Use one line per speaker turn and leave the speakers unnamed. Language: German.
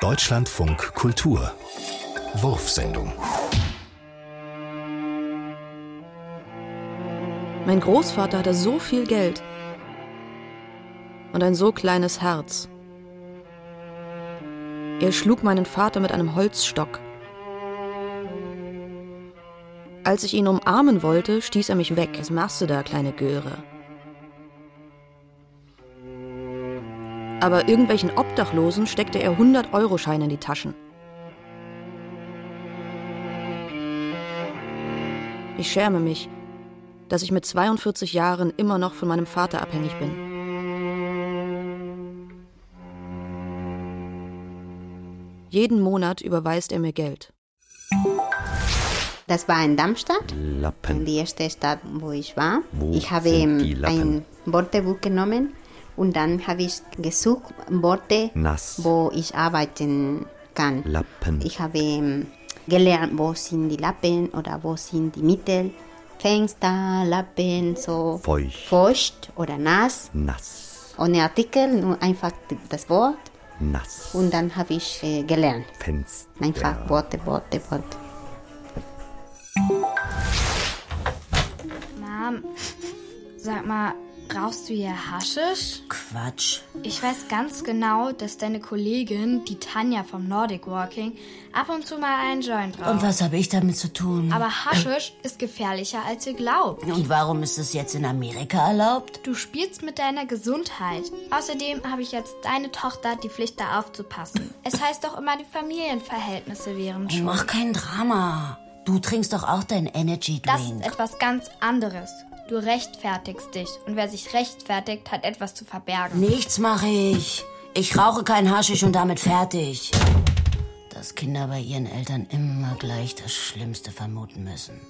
Deutschlandfunk Kultur. Wurfsendung.
Mein Großvater hatte so viel Geld und ein so kleines Herz. Er schlug meinen Vater mit einem Holzstock. Als ich ihn umarmen wollte, stieß er mich weg. Was machst du da, kleine Göre? Aber irgendwelchen Obdachlosen steckte er 100-Euro-Scheine in die Taschen. Ich schäme mich, dass ich mit 42 Jahren immer noch von meinem Vater abhängig bin. Jeden Monat überweist er mir Geld.
Das war in Darmstadt,
Lappen.
die erste Stadt, wo ich war.
Wo
ich habe
sind
ähm,
die Lappen?
ein Wortebuch genommen und dann habe ich gesucht Worte,
Nass.
wo ich arbeiten kann.
Hm. Lappen.
Ich habe ähm, gelernt, wo sind die Lappen oder wo sind die Mittel. Fenster, Lappen, so
Feucht.
feucht oder nass.
Nass.
Ohne Artikel, nur einfach das Wort.
Nass.
Und dann habe ich äh, gelernt.
Fenster.
Einfach Worte, Worte, Worte.
Mom, sag mal, rauchst du hier Haschisch?
Quatsch.
Ich weiß ganz genau, dass deine Kollegin, die Tanja vom Nordic Walking, ab und zu mal einen Joint raucht.
Und was habe ich damit zu tun?
Aber Haschisch ist gefährlicher, als ihr glaubt.
Und warum ist es jetzt in Amerika erlaubt?
Du spielst mit deiner Gesundheit. Außerdem habe ich jetzt deine Tochter die Pflicht, da aufzupassen. Es heißt doch immer, die Familienverhältnisse wären
Ey,
schuld.
mach kein Drama. Du trinkst doch auch deinen Energy
Das äh, ist
Drink.
etwas ganz anderes. Du rechtfertigst dich. Und wer sich rechtfertigt, hat etwas zu verbergen.
Nichts mache ich. Ich rauche kein Haschisch und damit fertig. Dass Kinder bei ihren Eltern immer gleich das Schlimmste vermuten müssen.